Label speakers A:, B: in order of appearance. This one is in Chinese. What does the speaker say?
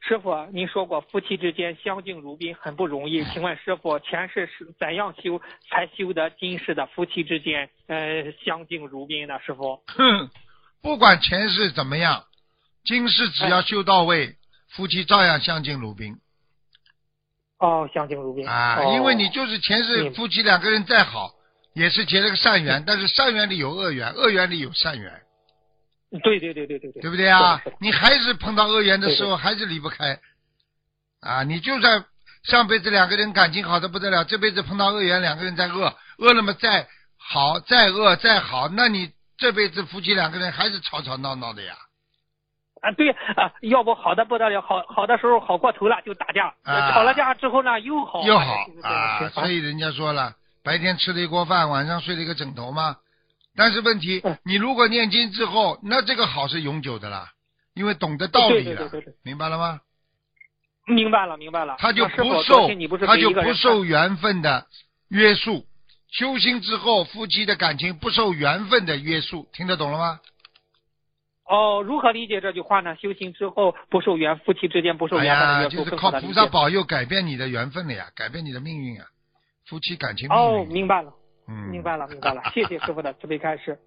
A: 师傅，啊您说过夫妻之间相敬如宾很不容易，请问师傅，前世是怎样修才修得今世的夫妻之间呃相敬如宾呢？师傅，
B: 哼，不管前世怎么样，今世只要修到
A: 嗯
B: 位，夫妻照样相敬如宾
A: 哦，相敬如宾
B: 啊。
A: 哦嗯
B: 因为你就是前世
A: 明白
B: 夫妻两个人再好，也是结了个善
A: 嗯
B: 缘，但是善缘里有恶缘，恶缘里有善缘，
A: 哦对对对对对对
B: 对不对啊
A: 是的是的？
B: 你还是碰到恶缘的时
A: 对
B: 候，还是离不开啊。你就算上辈子两个人感情好的不得了，这辈子碰到恶缘，两个人再恶，恶了嘛再好再恶再好，那你这辈子夫妻两个人还是吵吵闹闹的呀。
A: 啊对啊，要不好的不得了，好好的时候好过头了就打架，
B: 啊
A: 吵了架之后呢又好
B: 又好
A: 哎
B: 啊，所以人家说了，白天吃了一锅饭，晚上睡了一个枕头嘛。但是问题
A: 嗯，
B: 你如果念经之后，那这个好是永久的啦，因为懂得道
A: 对
B: 理
A: 对
B: 了
A: 对对对，
B: 明白了吗？
A: 明白了明白了，
B: 他就
A: 那师
B: 不
A: 傅
B: 受
A: 昨天你不是，
B: 他
A: 给
B: 就
A: 一个
B: 不
A: 人
B: 受缘分的约束。修行之后，夫妻的感情不受缘分的约束，听得懂了吗？
A: 哦，如何理解这句话呢？修行之后不受缘，夫妻之间不受
B: 哎
A: 缘分的
B: 呀，
A: 约
B: 就
A: 束，
B: 是
A: 更
B: 靠
A: 好的理
B: 菩
A: 解
B: 萨。保佑改变你的缘分了呀，改变你的命运啊，夫妻感情
A: 哦，
B: 命运。
A: 明白了，
B: 嗯，
A: 明白了，明白了，谢谢师傅的慈悲开示。